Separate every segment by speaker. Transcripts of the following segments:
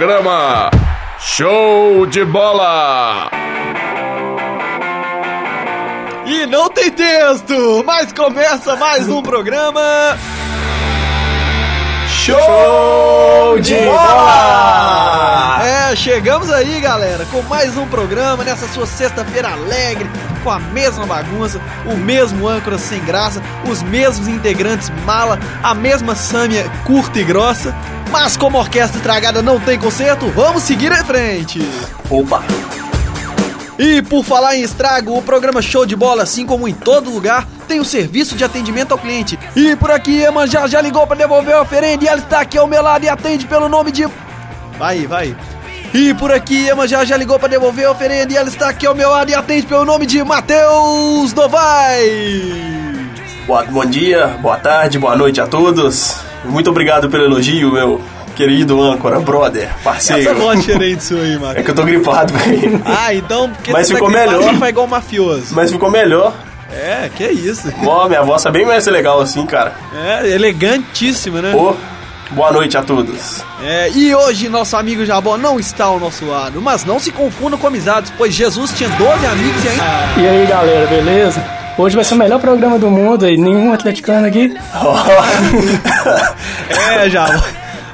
Speaker 1: Programa Show de Bola!
Speaker 2: E não tem texto, mas começa mais um programa.
Speaker 3: Show de bola!
Speaker 2: É, chegamos aí, galera, com mais um programa nessa sua sexta-feira alegre, com a mesma bagunça, o mesmo âncora sem graça, os mesmos integrantes mala, a mesma sâmia curta e grossa. Mas como a orquestra tragada não tem concerto, vamos seguir em frente.
Speaker 3: Oba!
Speaker 2: E por falar em estrago, o programa Show de Bola, assim como em todo lugar, tem o um serviço de atendimento ao cliente. E por aqui, Emanjá já ligou para devolver a oferenda e ela está aqui ao meu lado e atende pelo nome de. Vai, vai. E por aqui, Emanjá já ligou para devolver a oferenda e ela está aqui ao meu lado e atende pelo nome de Matheus Novaes.
Speaker 3: Boa, bom dia, boa tarde, boa noite a todos. Muito obrigado pelo elogio, meu querido âncora, brother, parceiro.
Speaker 2: Essa é voz diferente sua aí, Matheus.
Speaker 3: É que eu tô gripado, velho.
Speaker 2: Ah, então porque
Speaker 3: Mas
Speaker 2: você
Speaker 3: ficou
Speaker 2: tá gripado,
Speaker 3: melhor.
Speaker 2: Você faz igual um mafioso.
Speaker 3: Mas ficou melhor.
Speaker 2: É, que isso.
Speaker 3: Ó, minha voz é bem mais legal assim, cara.
Speaker 2: É, elegantíssima, né?
Speaker 3: Ô, boa noite a todos.
Speaker 2: É, e hoje nosso amigo Jabó não está ao nosso lado, mas não se confunda com amizades, pois Jesus tinha 12 amigos e ainda...
Speaker 4: E aí galera, beleza? Hoje vai ser o melhor programa do mundo e nenhum atleticano aqui.
Speaker 3: Ah.
Speaker 2: É, Jabó.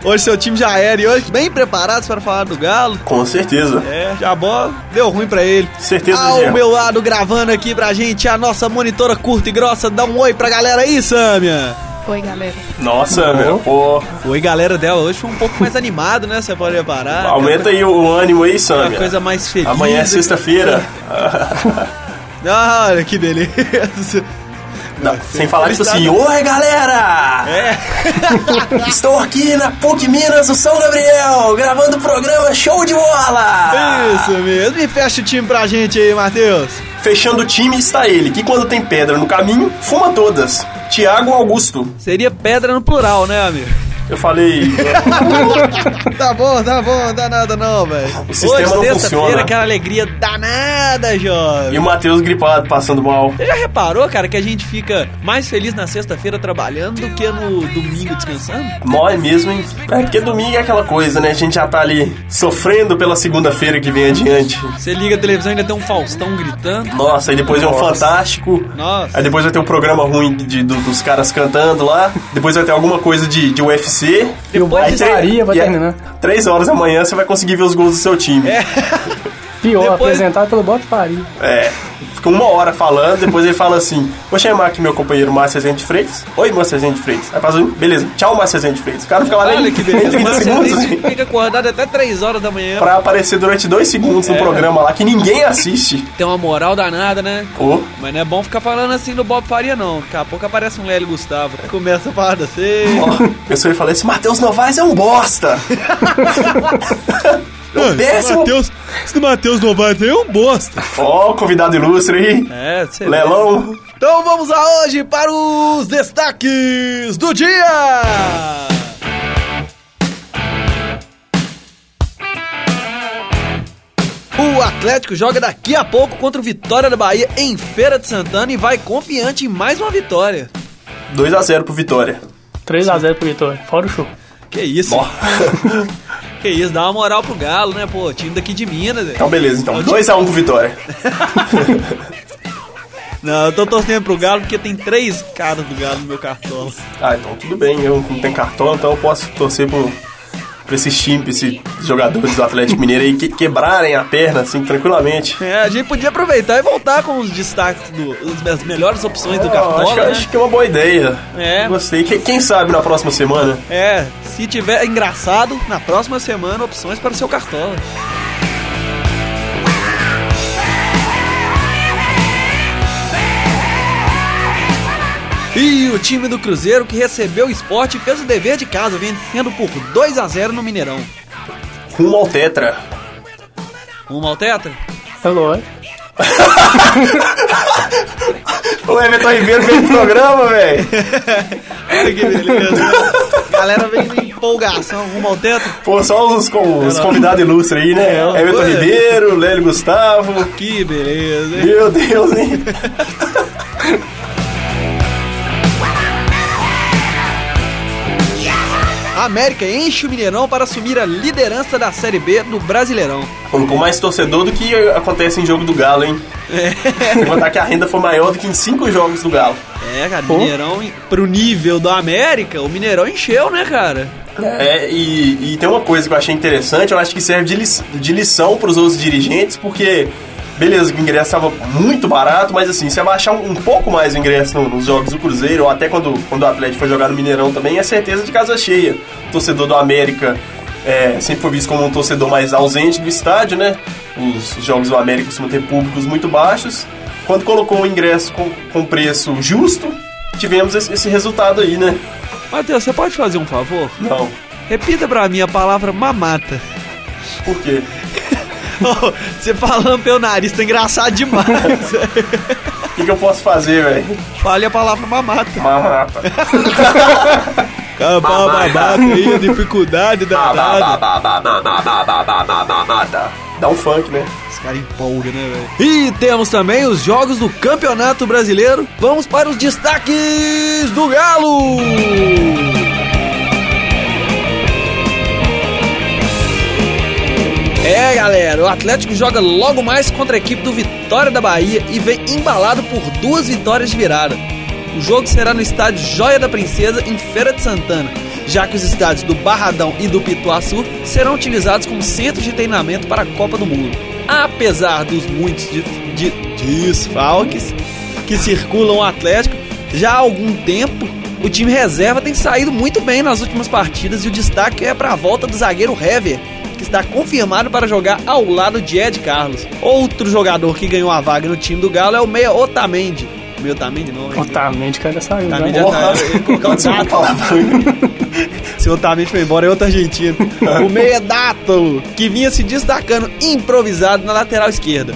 Speaker 2: Hoje seu time já era e hoje bem preparados para falar do Galo.
Speaker 3: Com certeza.
Speaker 2: É, Jabó deu ruim pra ele.
Speaker 3: Certeza,
Speaker 2: Ao
Speaker 3: Zé.
Speaker 2: meu lado gravando aqui pra gente a nossa monitora curta e grossa. Dá um oi pra galera aí, Sâmia.
Speaker 5: Oi, galera.
Speaker 2: Tá
Speaker 3: Nossa, meu. Pô,
Speaker 2: Oi, galera dela. Hoje foi um pouco mais animado, né? Você pode reparar.
Speaker 3: aumenta aí o ânimo aí,
Speaker 2: Uma
Speaker 3: Samia.
Speaker 2: Tá coisa mais feliz.
Speaker 3: Amanhã é sexta-feira.
Speaker 2: Ah, olha que beleza.
Speaker 3: Não, sem falar
Speaker 2: Ele
Speaker 3: tipo
Speaker 2: está-
Speaker 3: assim, oi galera!
Speaker 2: Tá É.
Speaker 3: Estou aqui na PUC Minas do São Gabriel, gravando o programa Show de Bola!
Speaker 2: Isso mesmo. E fecha o time pra gente aí, Matheus.
Speaker 3: Fechando o time está ele, que quando tem pedra no caminho, fuma todas. Tiago Augusto.
Speaker 2: Seria pedra no plural, né, amigo?
Speaker 3: Eu falei,
Speaker 2: Tá bom, tá bom, dá nada não, velho.
Speaker 3: O sistema não
Speaker 2: sexta-feira,
Speaker 3: funciona.
Speaker 2: aquela alegria danada,
Speaker 3: e
Speaker 2: jovem.
Speaker 3: o Matheus gripado, passando mal.
Speaker 2: Você já reparou, cara, que a gente fica mais feliz na sexta-feira trabalhando do que no domingo descansando?
Speaker 3: Nós mesmo, hein? É porque domingo é aquela coisa, né? A gente já tá ali sofrendo pela segunda-feira que vem adiante.
Speaker 2: Você liga a televisão e ainda tem um Faustão gritando.
Speaker 3: Nossa, aí depois é um fantástico.
Speaker 2: Nossa.
Speaker 3: Aí depois vai ter um programa ruim de- do- dos caras cantando lá. Depois vai ter alguma coisa de, de UFC.
Speaker 4: E o
Speaker 3: Aí
Speaker 4: Bob
Speaker 3: tre-
Speaker 4: Faria vai
Speaker 3: e é-
Speaker 4: terminar.
Speaker 3: Três horas da manhã você vai conseguir ver os gols do seu time. É.
Speaker 4: Pior,
Speaker 2: Depois-
Speaker 4: apresentado pelo Bob Faria.
Speaker 3: Fica uma hora falando, depois ele fala assim: Vou chamar aqui meu companheiro Márcio Rezende Freitas. Oi, Márcio Rezende Freitas. Aí faz um, beleza, tchau, Márcio Rezende Freitas. O cara não fica lá
Speaker 2: Olha
Speaker 3: nem,
Speaker 2: que
Speaker 3: nem
Speaker 2: beleza.
Speaker 3: 30
Speaker 2: Mas você
Speaker 3: segundos.
Speaker 2: tem
Speaker 3: hein?
Speaker 2: que fica acordado até 3 horas da manhã.
Speaker 3: Pra aparecer durante dois segundos
Speaker 2: É.
Speaker 3: no programa lá que ninguém assiste.
Speaker 2: Tem uma moral danada, né?
Speaker 3: Ô,
Speaker 2: Mas não é bom ficar falando assim do Bob Faria, não. Daqui a pouco aparece um Lélio Gustavo. Começa a falar da
Speaker 3: ó, a pessoa fala: Esse Matheus Novaes é um bosta. o décimo.
Speaker 2: Esse Matheus Novaes aí é um bosta.
Speaker 3: Ó, o convidado ilustre aí.
Speaker 2: É, você
Speaker 3: Lelão.
Speaker 2: Então vamos a hoje para os destaques do dia! O Atlético joga daqui a pouco contra o Vitória da Bahia em Feira de Santana e vai confiante em mais uma vitória.
Speaker 3: 2x0 pro Vitória.
Speaker 4: 3x0 pro Vitória, fora o show.
Speaker 2: Que isso?
Speaker 3: Ó.
Speaker 2: Que isso, dá uma moral pro Galo, né, pô? Time daqui de Minas, velho.
Speaker 3: Então, beleza, então. 2x1 pro Vitória.
Speaker 2: Não, eu tô torcendo pro Galo porque tem três caras do Galo no meu cartão.
Speaker 3: Ah, então tudo bem, eu não tenho cartão, então eu posso torcer pro, pra esses times, pra esses jogadores do Atlético Mineiro aí que quebrarem a perna, assim, tranquilamente.
Speaker 2: É, a gente podia aproveitar e voltar com os destaques do, os- as melhores opções do
Speaker 3: Eu acho, que-
Speaker 2: Cartola,
Speaker 3: acho
Speaker 2: né?
Speaker 3: que é uma boa ideia.
Speaker 2: É.
Speaker 3: Gostei. Que- quem sabe na próxima semana?
Speaker 2: É, se tiver engraçado, na próxima semana opções para o seu Cartola. E o time do Cruzeiro que recebeu o esporte fez o dever de casa, vencendo por 2 a 0 no Mineirão.
Speaker 3: Rumo ao Tetra.
Speaker 2: Rumo ao tetra?
Speaker 4: É lógico.
Speaker 3: O Everton Ribeiro veio pro programa, velho.
Speaker 2: Olha que beleza. Galera vem em empolgação, rumo ao teto.
Speaker 3: Pô, só os, com, os
Speaker 2: não.
Speaker 3: convidados ilustres aí, né?
Speaker 2: É,
Speaker 3: Everton
Speaker 2: foi.
Speaker 3: Ribeiro, Lélio Gustavo.
Speaker 2: Que beleza, hein?
Speaker 3: Meu Deus, hein?
Speaker 2: A América enche o Mineirão para assumir a liderança da Série B do Brasileirão.
Speaker 3: Colocou mais torcedor do que acontece em jogo do Galo, hein? Vou botar que a renda foi maior do que em cinco jogos do Galo.
Speaker 2: É, cara, Mineirão, pro nível da América, o Mineirão encheu, né, cara?
Speaker 3: É, e, e tem uma coisa que eu achei interessante, eu acho que serve de, lição de lição pros outros dirigentes, porque, beleza, que o ingresso estava muito barato, mas assim, se abaixar um, um pouco mais o ingresso no- nos jogos do Cruzeiro, ou até quando, quando o Atlético foi jogar no Mineirão também, é certeza de casa cheia. O torcedor do América é, sempre foi visto como um torcedor mais ausente do estádio, né? Os, os jogos do América costumam ter públicos muito baixos. Quando colocou o ingresso com, com preço justo, tivemos esse, esse resultado aí, né? Então,
Speaker 2: Matheus, você pode fazer um favor?
Speaker 3: Não.
Speaker 2: Repita pra mim a palavra mamata.
Speaker 3: Por quê?
Speaker 2: Ô, Oh, Você falando pelo nariz, tá engraçado demais.
Speaker 3: O que, que eu posso fazer, velho?
Speaker 2: Fale a palavra mamata.
Speaker 3: Mamata.
Speaker 2: Acabar mamata aí, dificuldade
Speaker 3: Dá um funk, né?
Speaker 2: Esse cara empolga, né, velho? E temos também os jogos do Campeonato Brasileiro. Vamos para os destaques do Galo! É, galera, o Atlético joga logo mais contra a equipe do Vitória da Bahia e vem embalado por duas vitórias de virada. O jogo será no estádio Joia da Princesa, em Feira de Santana, já que os estádios do Barradão e do Pituaçu serão utilizados como centro de treinamento para a Copa do Mundo. Apesar dos muitos de, de- desfalques que circulam o Atlético, já há algum tempo o time reserva tem saído muito bem nas últimas partidas e o destaque é para a volta do zagueiro Hever, que está confirmado para jogar ao lado de Ed Carlos. Outro jogador que ganhou a vaga no time do Galo é o meia Otamendi. Meio Otamendi não, hein?
Speaker 4: Otamendi, cara, saiu. né?
Speaker 2: Otamendi já tá... ele colocou
Speaker 3: Desculpa a
Speaker 2: Dátolo.
Speaker 3: palavra.
Speaker 2: Se o Otamendi foi embora, é outro argentino. O meia Dátolo, que vinha se destacando improvisado na lateral esquerda.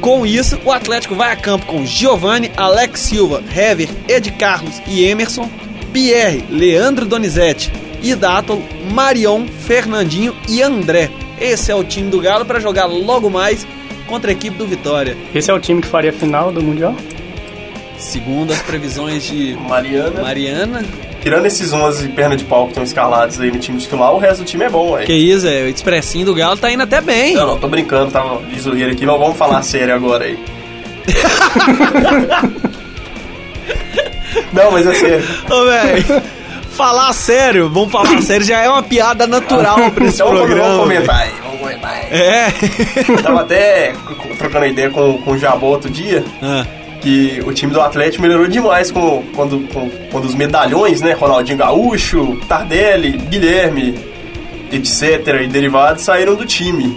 Speaker 2: Com isso, o Atlético vai a campo com Giovanni, Alex Silva, Hever, Ed Carlos e Emerson, Pierre, Leandro Donizete, Idátolo, Marion, Fernandinho e André. Esse é o time do Galo para jogar logo mais contra a equipe do Vitória.
Speaker 4: Esse é o time que faria a final do Mundial?
Speaker 2: Segundo as previsões de
Speaker 3: Mariana.
Speaker 2: Mariana.
Speaker 3: Tirando esses 11 perna de pau que estão escalados aí no time titular, o resto do time é bom,
Speaker 2: Que
Speaker 3: velho.
Speaker 2: isso, é, o expressinho do Galo tá indo até bem.
Speaker 3: Não, não, tô brincando, tava de zoeira aqui, mas vamos falar sério agora aí. Não, mas é sério.
Speaker 2: Ô, velho, falar sério, vamos falar sério, já é uma piada natural pra esse
Speaker 3: Então vamos- vamos
Speaker 2: programa. velho.
Speaker 3: comentar aí, vamos comentar aí.
Speaker 2: É.
Speaker 3: Eu tava até co- trocando ideia com, com o Jabô outro dia.
Speaker 2: Ah,
Speaker 3: que o time do Atlético melhorou demais com, quando, com- quando os medalhões, né? Ronaldinho Gaúcho, Tardelli, Guilherme, etc. e derivados saíram do time.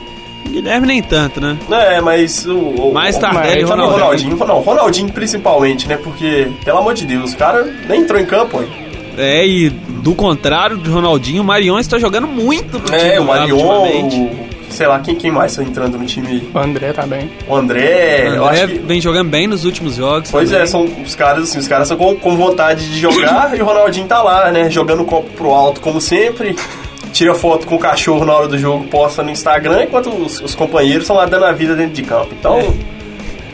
Speaker 2: Guilherme nem tanto, né?
Speaker 3: É, mas o. o
Speaker 2: Mais
Speaker 3: o-
Speaker 2: Tardelli e
Speaker 4: mas-
Speaker 3: o
Speaker 2: Ronaldinho.
Speaker 3: Ronaldinho, não, Ronaldinho principalmente, né? Porque, pelo amor de Deus, o cara nem entrou em campo, hein?
Speaker 2: É, e do contrário do Ronaldinho, o Marion está jogando muito pro time
Speaker 3: É,
Speaker 2: do
Speaker 3: o
Speaker 2: Galo
Speaker 3: Marion,
Speaker 2: ultimamente.
Speaker 3: o- sei lá, quem, quem mais tá entrando no time?
Speaker 4: O André tá bem.
Speaker 3: O André,
Speaker 2: O
Speaker 3: é, eu
Speaker 2: André
Speaker 3: acho que.
Speaker 2: vem jogando bem nos últimos jogos.
Speaker 3: Pois
Speaker 2: também.
Speaker 3: é, são os caras assim, os caras são com, com vontade de jogar e o Ronaldinho tá lá, né? Jogando o copo pro alto como sempre. Tira foto com o cachorro na hora do jogo, posta no Instagram, enquanto os, os companheiros estão lá dando a vida dentro de campo. Então,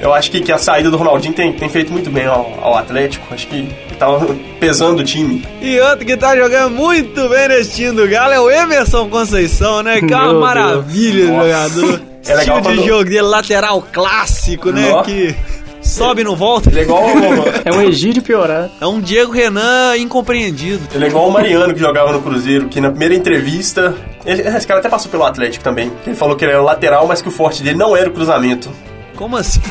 Speaker 3: eu acho que, que a saída do Ronaldinho tem, tem feito muito bem ao, ao Atlético. Acho que tava pesando o time.
Speaker 2: E outro que tá jogando muito bem nesse time do Galo é o Emerson Conceição, né? Que é uma
Speaker 4: Meu Deus.
Speaker 2: maravilha
Speaker 3: Nossa.
Speaker 2: de jogador.
Speaker 3: É
Speaker 2: Estilo
Speaker 3: legal
Speaker 2: de
Speaker 3: quando-
Speaker 2: jogo dele, lateral clássico, né?
Speaker 3: Nossa.
Speaker 2: Que sobe e não volta.
Speaker 3: Ele é igual,
Speaker 4: É um Egídio piorado.
Speaker 2: É um Diego Renan incompreendido.
Speaker 3: ele é igual o Mariano que jogava no Cruzeiro, que na primeira entrevista. Esse esse cara até passou pelo Atlético também. Ele falou que ele era lateral, mas que o forte dele não era o cruzamento.
Speaker 2: Como assim?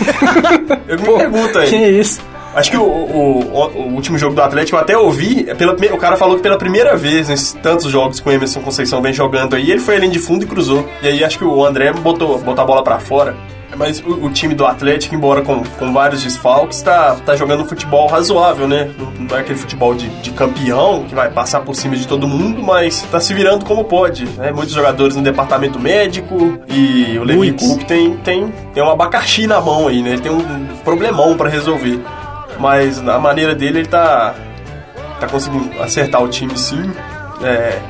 Speaker 3: Eu me pergunto aí.
Speaker 4: Que isso?
Speaker 3: Acho que o, o- o- o último jogo do Atlético eu até ouvi, é pela prime- o cara falou que pela primeira vez nesses tantos jogos que o Emerson Conceição vem jogando aí, ele foi além de fundo e cruzou. E aí acho que o André botou, botou a bola pra fora. Mas o, o time do Atlético, embora com, com vários desfalques, tá, tá jogando um futebol razoável, né? Não, não é aquele futebol de, de campeão que vai passar por cima de todo mundo, mas tá se virando como pode. Né? Muitos jogadores no departamento médico e o Levi
Speaker 2: Muitos.
Speaker 3: Cook tem, tem, tem um abacaxi na mão aí, né? Ele tem um problemão pra resolver. Mas na maneira dele, ele tá, tá conseguindo acertar o time sim. É,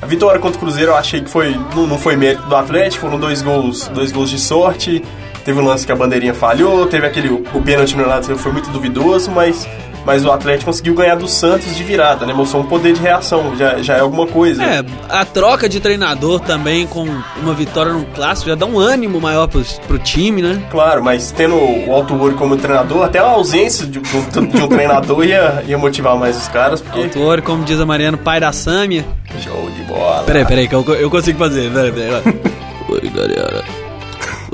Speaker 3: a vitória contra o Cruzeiro eu achei que foi, não, não foi mérito do Atlético, foram dois gols, dois gols de um sorte. Teve o lance que a bandeirinha falhou, teve aquele o pênalti no lado foi muito duvidoso, mas mas o Atlético conseguiu ganhar do Santos de virada, né? Mostrou um poder de reação, já, já é alguma coisa.
Speaker 2: É, a troca de treinador também com uma vitória num clássico já dá um ânimo maior pros, pro time, né?
Speaker 3: Claro, mas tendo o Alto Ouro como treinador, até a ausência de, de um- de um treinador ia, ia motivar mais os caras, porque.
Speaker 2: Autor, como diz a Mariana, pai da Sâmia.
Speaker 3: Show de bola.
Speaker 2: Peraí, peraí, que eu, eu consigo fazer. Peraí, peraí. Oi, galera.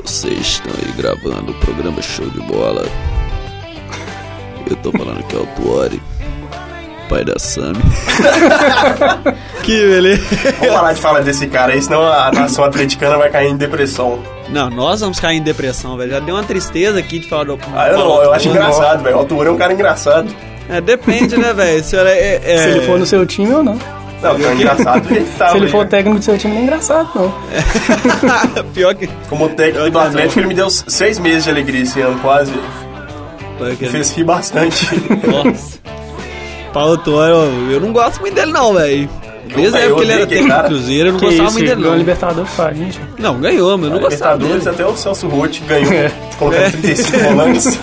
Speaker 2: Vocês estão aí gravando o programa Show de Bola. Eu tô falando que é o Tuori, pai da Sami. que beleza.
Speaker 3: Vamos parar de falar desse cara aí, senão a nação atleticana vai cair em depressão.
Speaker 2: Não, nós vamos cair em depressão, velho. Já deu uma tristeza aqui de falar do.
Speaker 3: Ah, eu não, eu acho engraçado, velho. O Alto Ouro é um cara engraçado.
Speaker 2: É, depende, né, velho? Se, ela é, é-
Speaker 4: Se ele for no seu time ou não.
Speaker 3: Não, não é engraçado do jeito que tá,
Speaker 4: Se ele
Speaker 3: velho.
Speaker 4: for o técnico do seu time, não é engraçado, não.
Speaker 2: Pior que.
Speaker 3: Como técnico do Atlético, ele me deu seis meses de alegria esse ano, quase.
Speaker 2: Pior que- é
Speaker 3: Me fez rir bastante.
Speaker 2: Nossa. Paulo Tuori, eu, eu não gosto muito dele, não, velho. Desde a
Speaker 3: velho,
Speaker 2: época que ele
Speaker 3: eu
Speaker 2: era
Speaker 3: odeio aquele
Speaker 2: técnico do
Speaker 3: cara.
Speaker 2: Cruzeiro, eu não
Speaker 4: Que
Speaker 2: gostava
Speaker 4: isso,
Speaker 2: muito dele,
Speaker 4: igual
Speaker 2: não.
Speaker 4: o Libertadores faz, gente.
Speaker 2: Não, ganhou, mas eu não gostava
Speaker 3: Libertadores,
Speaker 2: dele.
Speaker 3: até o Celso Roth ganhou, colocando 35 volantes.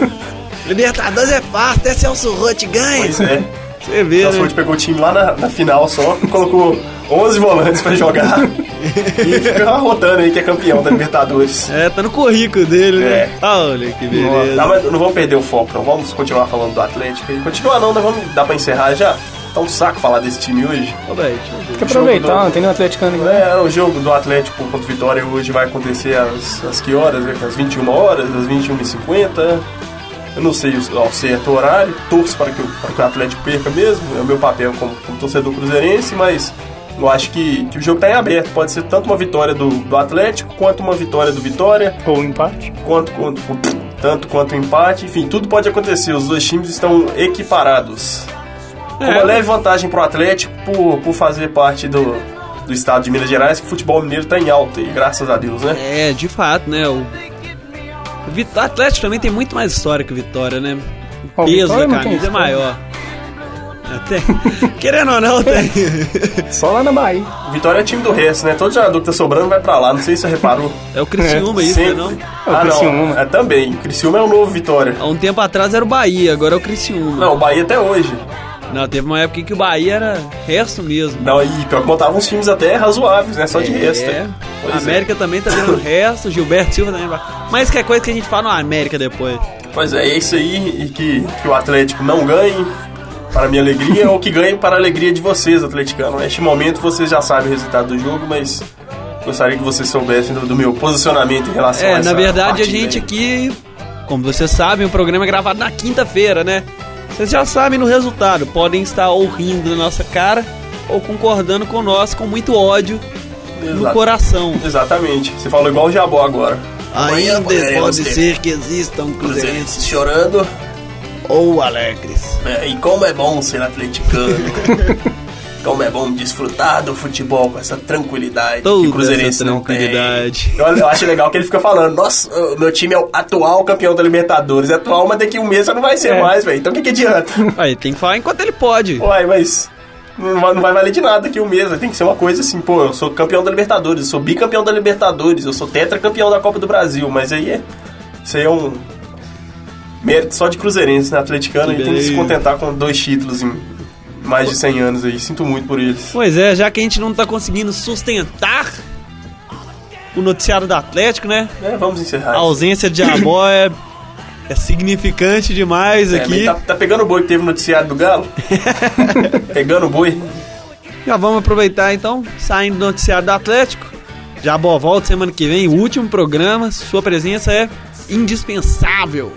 Speaker 2: Libertadores é fácil, até Celso Roth ganha.
Speaker 3: Pois é.
Speaker 2: Você vê,
Speaker 3: Celso
Speaker 2: né?
Speaker 3: Roth pegou o time lá na, na final só, colocou 11 volantes pra jogar. e fica rodando aí que é campeão da Libertadores.
Speaker 2: É, tá no currículo dele, né?
Speaker 3: É.
Speaker 2: Olha que beleza.
Speaker 3: Tá, mas não vamos perder o foco, não. Vamos continuar falando do Atlético. E continuar não, nós vamos dar pra encerrar já. Tá um saco falar desse time hoje.
Speaker 2: Ô, velho, deixa eu ver.
Speaker 4: Tem que aproveitar, não tem nenhum atleticano aqui. né?
Speaker 3: É, o jogo do Atlético contra o Vitória hoje vai acontecer às, às que horas? né? Às 21 horas, às 21h50. Eu não sei o- ao certo o horário, torço para que, o- para que o Atlético perca mesmo, é o meu papel como, como torcedor cruzeirense, mas eu acho que, que o jogo está em aberto. Pode ser tanto uma vitória do, do Atlético, quanto uma vitória do Vitória,
Speaker 4: Ou empate.
Speaker 3: quanto, quanto, tanto quanto um empate, enfim, tudo pode acontecer. Os dois times estão equiparados.
Speaker 2: É.
Speaker 3: Com uma leve vantagem pro Atlético por, por fazer parte do, do estado de Minas Gerais, que o futebol mineiro tá em alta, e graças a Deus, né?
Speaker 2: É, de fato, né? O, o Vit- o Atlético também tem muito mais história que o Vitória, né? O
Speaker 4: Ó, o
Speaker 2: peso
Speaker 4: Vitória
Speaker 2: da
Speaker 4: não tem
Speaker 2: camisa é
Speaker 4: história.
Speaker 2: maior. Até, querendo ou não, tem.
Speaker 4: Só lá na Bahia.
Speaker 3: Vitória é time do resto, né? Todo jogador que tá sobrando vai pra lá, não sei se você reparou.
Speaker 2: É o Criciúma isso, né,
Speaker 3: Sempre.
Speaker 2: não?
Speaker 4: É o
Speaker 3: Ah, não.
Speaker 4: Criciúma.
Speaker 3: É também. O Criciúma é o novo Vitória.
Speaker 2: Há um tempo atrás era o Bahia, agora é o Criciúma.
Speaker 3: Não, o Bahia até hoje.
Speaker 2: Não, teve uma época em que o Bahia era resto mesmo.
Speaker 3: Não, e pior que montava uns times até razoáveis, né? Só de resto.
Speaker 2: É.
Speaker 3: Pois
Speaker 2: A América também tá vendo o resto, Gilberto Silva também vai. Mas que é coisa que a gente fala na América depois.
Speaker 3: É. Pois é, é isso aí. E que, que o Atlético não ganhe, para minha alegria, ou que ganhe para a alegria de vocês, atleticanos. Neste momento vocês já sabem o resultado do jogo, mas gostaria que vocês soubessem do, do meu posicionamento em relação a
Speaker 2: É,
Speaker 3: essa né?
Speaker 2: na verdade a
Speaker 3: partida
Speaker 2: gente
Speaker 3: aí.
Speaker 2: aqui, como vocês sabem, o programa é gravado na quinta-feira, né? Vocês já sabem no resultado, podem estar ou rindo na nossa cara ou concordando com nós com muito ódio no
Speaker 3: Exato.
Speaker 2: coração.
Speaker 3: Exatamente. Você falou igual o Jabó agora. Amanhã poderemos ter
Speaker 2: que existam
Speaker 3: Cruzeirenses chorando.
Speaker 2: ou alegres.
Speaker 3: É, e como é bom ser atleticano. como é bom desfrutar do futebol com essa tranquilidade
Speaker 2: Toda
Speaker 3: que o Cruzeirense
Speaker 2: essa
Speaker 3: não tem.
Speaker 2: tranquilidade.
Speaker 3: Eu, eu acho legal que ele fica falando, nossa, o meu time é o atual campeão da Libertadores, é atual, mas daqui a um mês já não vai ser
Speaker 4: É.
Speaker 3: mais, velho. Então o que, que adianta?
Speaker 2: Aí tem que falar enquanto ele pode.
Speaker 3: Uai, mas não vai, não vai valer de nada aqui o mês, vai. tem que ser uma coisa assim, pô, eu sou campeão da Libertadores, eu sou bicampeão da Libertadores, eu sou tetracampeão da Copa do Brasil, mas aí é. Isso aí é um mérito só de cruzeirense, né? Atleticano, e tem que se
Speaker 2: beleza.
Speaker 3: contentar com dois títulos em mais de 100 anos aí. Sinto muito por eles.
Speaker 2: Pois é, já que a gente não tá conseguindo sustentar o noticiário do Atlético, né?
Speaker 3: É, vamos encerrar.
Speaker 2: A ausência de Amor é, é significante demais
Speaker 3: É,
Speaker 2: aqui.
Speaker 3: tá, tá pegando o boi que teve no noticiário do Galo? pegando o boi?
Speaker 2: Já vamos aproveitar então, saindo do noticiário do Atlético. Já boa volta semana que vem, o último programa. Sua presença é indispensável.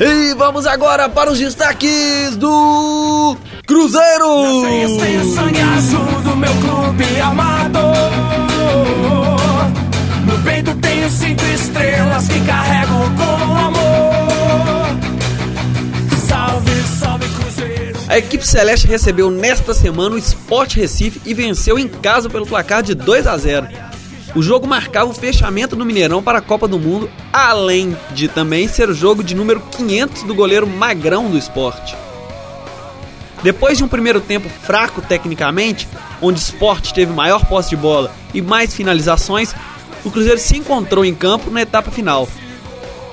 Speaker 2: E vamos agora para os destaques do
Speaker 3: é
Speaker 2: Cruzeiro!
Speaker 6: sangue azul do meu clube amador. No peito tenho cinco estrelas que carrego com amor. Salve, salve, Cruzeiro.
Speaker 2: A equipe celeste recebeu nesta semana o Sport Recife e venceu em casa pelo placar de 2 a 0. O jogo marcava o fechamento do Mineirão para a Copa do Mundo, além de também ser o jogo de número 500 do goleiro Magrão do esporte. Depois de um primeiro tempo fraco tecnicamente, onde o Sport teve maior posse de bola e mais finalizações, o Cruzeiro se encontrou em campo na etapa final.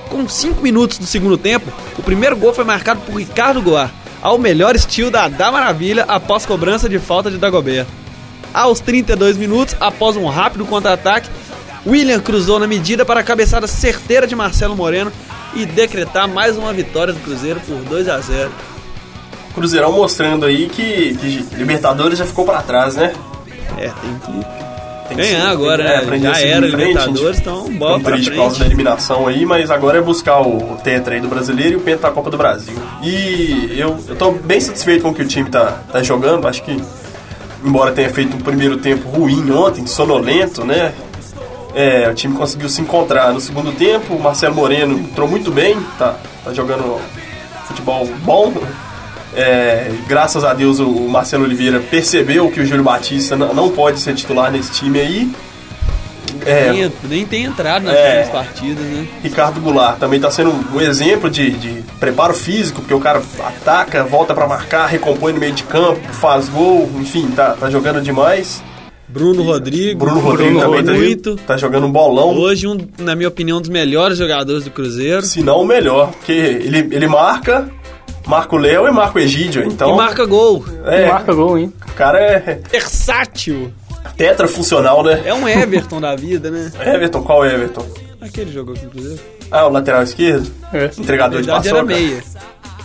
Speaker 2: Com 5 minutos do segundo tempo, o primeiro gol foi marcado por Ricardo Goulart, ao melhor estilo da Da Maravilha após cobrança de falta de Dagobert. Aos 32 minutos, após um rápido contra-ataque, William cruzou na medida para a cabeçada certeira de Marcelo Moreno e decretar mais uma vitória do Cruzeiro por 2 a 0.
Speaker 3: Cruzeirão mostrando aí que, que Libertadores já ficou pra trás, né?
Speaker 2: É, tem que
Speaker 3: Tem que
Speaker 2: ganhar
Speaker 3: seguir-
Speaker 2: agora,
Speaker 3: é,
Speaker 2: né?
Speaker 3: aprender a
Speaker 2: Já
Speaker 3: seguir
Speaker 2: era
Speaker 3: em frente,
Speaker 2: Libertadores,
Speaker 3: gente.
Speaker 2: então bola
Speaker 3: Ficamos
Speaker 2: pra
Speaker 3: tristes por causa da
Speaker 2: frente.
Speaker 3: eliminação aí, mas agora é buscar o, o Tetra aí do brasileiro e o Penta da Copa do Brasil. E eu, eu tô bem satisfeito com o que o time tá, tá jogando, acho que embora tenha feito um primeiro tempo ruim ontem, sonolento, né? É, o time conseguiu se encontrar no segundo tempo, o Marcelo Moreno entrou muito bem, tá, tá jogando futebol bom. É, graças a Deus o Marcelo Oliveira percebeu que o Júlio Batista n- não pode ser titular nesse time aí. É,
Speaker 2: Nem, nem tem entrado nas
Speaker 3: É.
Speaker 2: últimas partidas, né?
Speaker 3: Ricardo Goulart também está sendo um exemplo de, de preparo físico, porque o cara ataca, volta para marcar, recompõe no meio de campo, faz gol, enfim, tá, tá jogando demais.
Speaker 2: Bruno Rodrigo,
Speaker 3: Bruno Rodrigo também tá,
Speaker 2: muito.
Speaker 3: tá jogando um bolão,
Speaker 2: Hoje, um, na minha opinião, um dos melhores jogadores do Cruzeiro.
Speaker 3: se não o melhor, porque ele, ele marca, marca o Léo e marca o Egídio, então...
Speaker 2: E marca gol.
Speaker 3: é,
Speaker 4: Marca gol, hein?
Speaker 3: o cara é
Speaker 2: Versátil.
Speaker 3: tetrafuncional, né?
Speaker 2: É um Everton da vida, né?
Speaker 3: Everton, qual é Everton?
Speaker 2: Aquele jogou aqui no Cruzeiro.
Speaker 3: Ah, o lateral esquerdo?
Speaker 4: É.
Speaker 2: Na
Speaker 3: Entregador de
Speaker 2: verdade
Speaker 3: paçoca.
Speaker 2: era meia.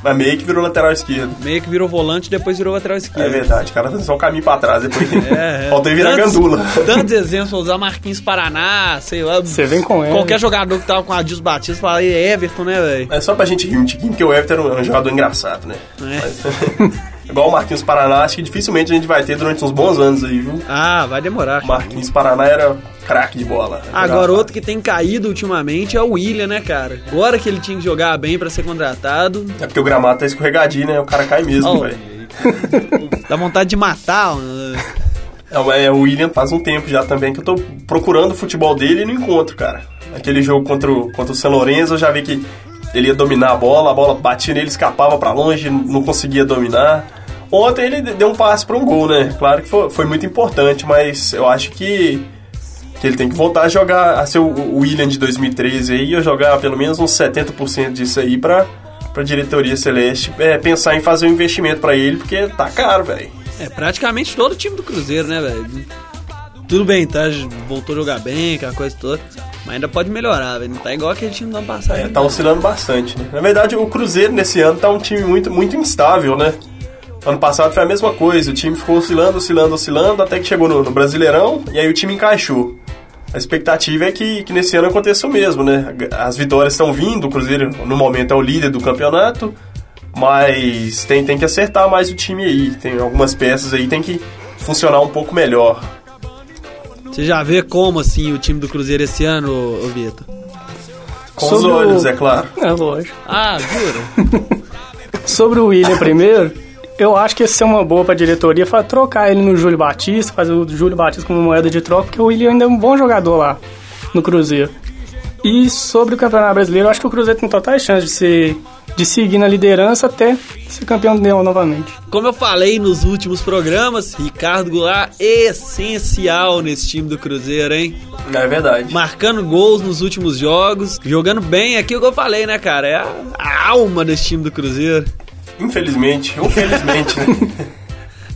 Speaker 3: Mas meio que virou lateral esquerdo.
Speaker 2: Meia que virou volante depois virou lateral
Speaker 3: É
Speaker 2: esquerdo.
Speaker 3: verdade, o cara tá só o caminho pra trás depois.
Speaker 2: É, é.
Speaker 3: Faltou ele virar
Speaker 2: Tantos-
Speaker 3: gandula.
Speaker 2: Tantos exemplos, vou usar Marquinhos Paraná, sei lá.
Speaker 4: Você vem com ele.
Speaker 2: Qualquer jogador que tava com a Adilson Batista fala, "Ei, Everton, né, velho?
Speaker 3: É só pra gente rir um tiquinho, porque o Everton era um- era um jogador engraçado, né?
Speaker 2: É.
Speaker 3: Mas, igual o Marquinhos Paraná, acho que dificilmente a gente vai ter durante uns bons anos aí, viu?
Speaker 2: Ah, vai demorar.
Speaker 3: O Marquinhos Paraná era craque de bola. né?
Speaker 2: Agora, outro que tem caído ultimamente é o William, né, cara? Agora que ele tinha que jogar bem pra ser contratado,
Speaker 3: É porque o gramado tá escorregadinho, né? O cara cai mesmo,
Speaker 2: Oh.
Speaker 3: velho.
Speaker 2: dá vontade de matar. né?
Speaker 3: É, mas é, o William faz um tempo já também que eu tô procurando o futebol dele e não encontro, cara. Aquele jogo contra o, contra o San Lorenzo, eu já vi que ele ia dominar a bola, a bola batia nele, escapava pra longe, não conseguia dominar. Ontem ele deu um passe pra um gol, né? Claro que foi, foi muito importante, mas eu acho que, que ele tem que voltar a jogar, a ser o, o William de 2013 aí, ou jogar pelo menos uns 70% disso aí pra, pra diretoria Celeste é, pensar em fazer um investimento pra ele, porque tá caro, velho.
Speaker 2: É praticamente todo o time do Cruzeiro, né, velho? Tudo bem, tá? Voltou a jogar bem, aquela coisa toda. Mas ainda pode melhorar, velho. Não tá igual aquele time do ano passado. né?
Speaker 3: É, tá oscilando bastante, né? Na verdade, o Cruzeiro nesse ano tá um time muito, muito instável, né? Ano passado foi a mesma coisa, o time ficou oscilando, oscilando, oscilando, até que chegou no, no Brasileirão e aí o time encaixou. A expectativa é que, que nesse ano aconteça o mesmo, né? As vitórias estão vindo, o Cruzeiro no momento é o líder do campeonato, mas tem, tem que acertar mais o time aí. Tem algumas peças aí, tem que funcionar um pouco melhor.
Speaker 2: Você já vê como, assim, o time do Cruzeiro esse ano, ô, ô Vitor?
Speaker 3: Com os
Speaker 4: Sobre o-
Speaker 3: olhos, é claro.
Speaker 4: É, lógico.
Speaker 2: Ah, jura?
Speaker 4: Sobre o William primeiro, eu acho que ia ser uma boa pra diretoria fa- trocar ele no Júlio Batista, fazer o Júlio Batista como moeda de troca, porque o William ainda é um bom jogador lá no Cruzeiro. E sobre o Campeonato Brasileiro, eu acho que o Cruzeiro tem totais chances de, ser, de seguir na liderança até ser campeão do Leão novamente.
Speaker 2: como eu falei nos últimos programas, Ricardo Goulart essencial nesse time do Cruzeiro, hein?
Speaker 3: É verdade.
Speaker 2: Marcando gols nos últimos jogos, jogando bem aqui, o que eu falei, né, cara? É a, a alma desse time do Cruzeiro.
Speaker 3: Infelizmente, infelizmente, né?